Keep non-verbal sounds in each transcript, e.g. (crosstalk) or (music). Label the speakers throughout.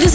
Speaker 1: This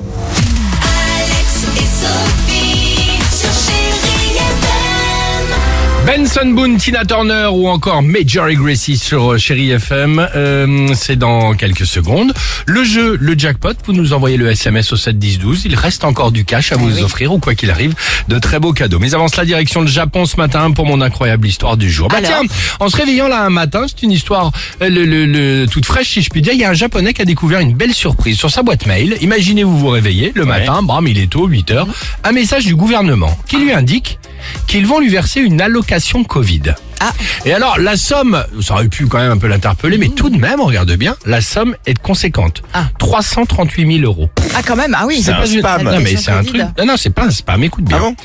Speaker 2: Alex et Sophie sur Chéri FM.
Speaker 3: Benson Boone, Tina Turner ou encore Major Gracie sur euh, Chéri FM. Euh, c'est dans quelques secondes. Le jeu, le jackpot, vous nous envoyez le SMS au 7 10 12. Il reste encore du cash à vous offrir ou quoi qu'il arrive, de très beaux cadeaux. Mais avant cela, direction le Japon ce matin pour mon incroyable histoire du jour. Bah
Speaker 4: Alors
Speaker 3: tiens, en se réveillant là un matin, c'est une histoire euh, le- le- le- toute fraîche si je puis dire. Il y a un Japonais qui a découvert une belle surprise sur sa boîte mail. Imaginez vous vous réveillez le matin, bam, il est tôt, 8 heures. Un message du gouvernement qui lui indique qu'ils vont lui verser une allocation Covid.
Speaker 4: Ah.
Speaker 3: Et alors, la somme, ça aurait pu quand même un peu l'interpeller, mais tout de même, on regarde bien, la somme est conséquente.
Speaker 4: Ah.
Speaker 3: 338 000 euros.
Speaker 4: Ah quand même, ah oui.
Speaker 3: C'est pas une- Non, mais c'est un truc. Non, non, c'est pas un spam, écoute bien.
Speaker 5: Ah bon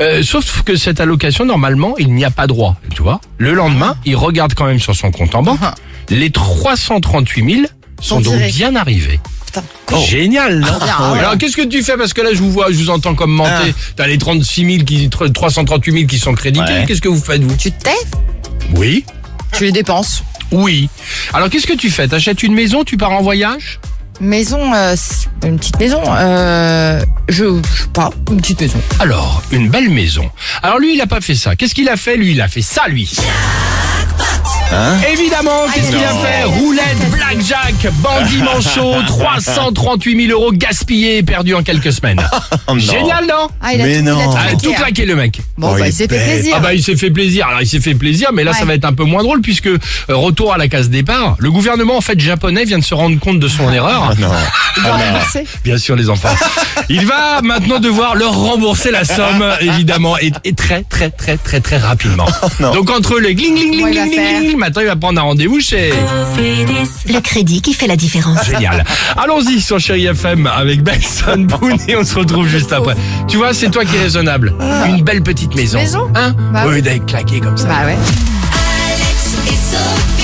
Speaker 3: Euh, sauf que cette allocation, normalement, il n'y a pas droit, tu vois. Le lendemain, il regarde quand même sur son compte en banque.
Speaker 4: Ah.
Speaker 3: Les 338 000 sont
Speaker 4: Sont
Speaker 3: donc
Speaker 4: tirés.
Speaker 3: bien arrivés. Oh.
Speaker 4: Putain.
Speaker 3: Génial, non
Speaker 4: bien, ah ouais. Ah.
Speaker 3: Alors, qu'est-ce que tu fais Parce que là, je vous vois, je vous entends commenter. T'as les 36 000 qui, 338 000 qui sont crédités.
Speaker 5: Ouais.
Speaker 3: Qu'est-ce que vous faites, vous
Speaker 4: Tu te tais
Speaker 3: Oui.
Speaker 4: Tu les dépenses
Speaker 3: Oui. Alors, qu'est-ce que tu fais T'achètes une maison, tu pars en voyage
Speaker 4: Maison, euh, c'est une petite maison. Euh, je, je sais pas, une petite maison.
Speaker 3: Alors, une belle maison. Alors lui, il a pas fait ça. Qu'est-ce qu'il a fait Lui, il a fait ça, lui.
Speaker 5: Hein
Speaker 3: Évidemment,
Speaker 5: Ah,
Speaker 3: qu'est-ce qu'il a fait Roulette, blackjack,
Speaker 5: (laughs)
Speaker 3: bandit manchot, 338 000 euros gaspillés et perdus en quelques semaines.
Speaker 5: (laughs) Oh non. Oh.
Speaker 3: Génial, non
Speaker 4: Ah, il
Speaker 5: Mais
Speaker 4: tout- il
Speaker 5: non.
Speaker 4: tout
Speaker 3: Ah,
Speaker 4: claqué,
Speaker 3: Tout
Speaker 4: hein.
Speaker 3: claqué, le mec.
Speaker 4: Bon,
Speaker 5: Oh, il
Speaker 4: bah,
Speaker 5: est
Speaker 4: c'était
Speaker 5: bête.
Speaker 4: plaisir.
Speaker 3: Ah bah il s'est fait plaisir. Alors il s'est fait plaisir, mais là ça
Speaker 4: Ouais.
Speaker 3: va être un peu moins drôle puisque euh, retour à la case départ. Le gouvernement en fait japonais vient de se rendre compte
Speaker 5: (laughs)
Speaker 3: de son erreur.
Speaker 5: Ah, Non.
Speaker 4: Il doit rembourser.
Speaker 3: Bien sûr, les enfants. Il va maintenant devoir leur rembourser la somme, évidemment, et, et très, très, très, très, très rapidement. Donc, entre le gling, gling,
Speaker 4: Comment
Speaker 3: gling,
Speaker 4: il va
Speaker 3: gling,
Speaker 4: faire
Speaker 3: gling, gling, maintenant, il va prendre un rendez-vous chez...
Speaker 2: Le crédit qui fait la différence.
Speaker 3: Génial. Allons-y sur Chéri FM avec Benson Boone et on se retrouve juste après. Tu vois, c'est toi qui es raisonnable. Une belle petite maison.
Speaker 4: Maison
Speaker 3: Hein
Speaker 4: Bah
Speaker 3: Oui, d'être claqué comme ça.
Speaker 4: Bah ouais.
Speaker 2: Alex et Sophie.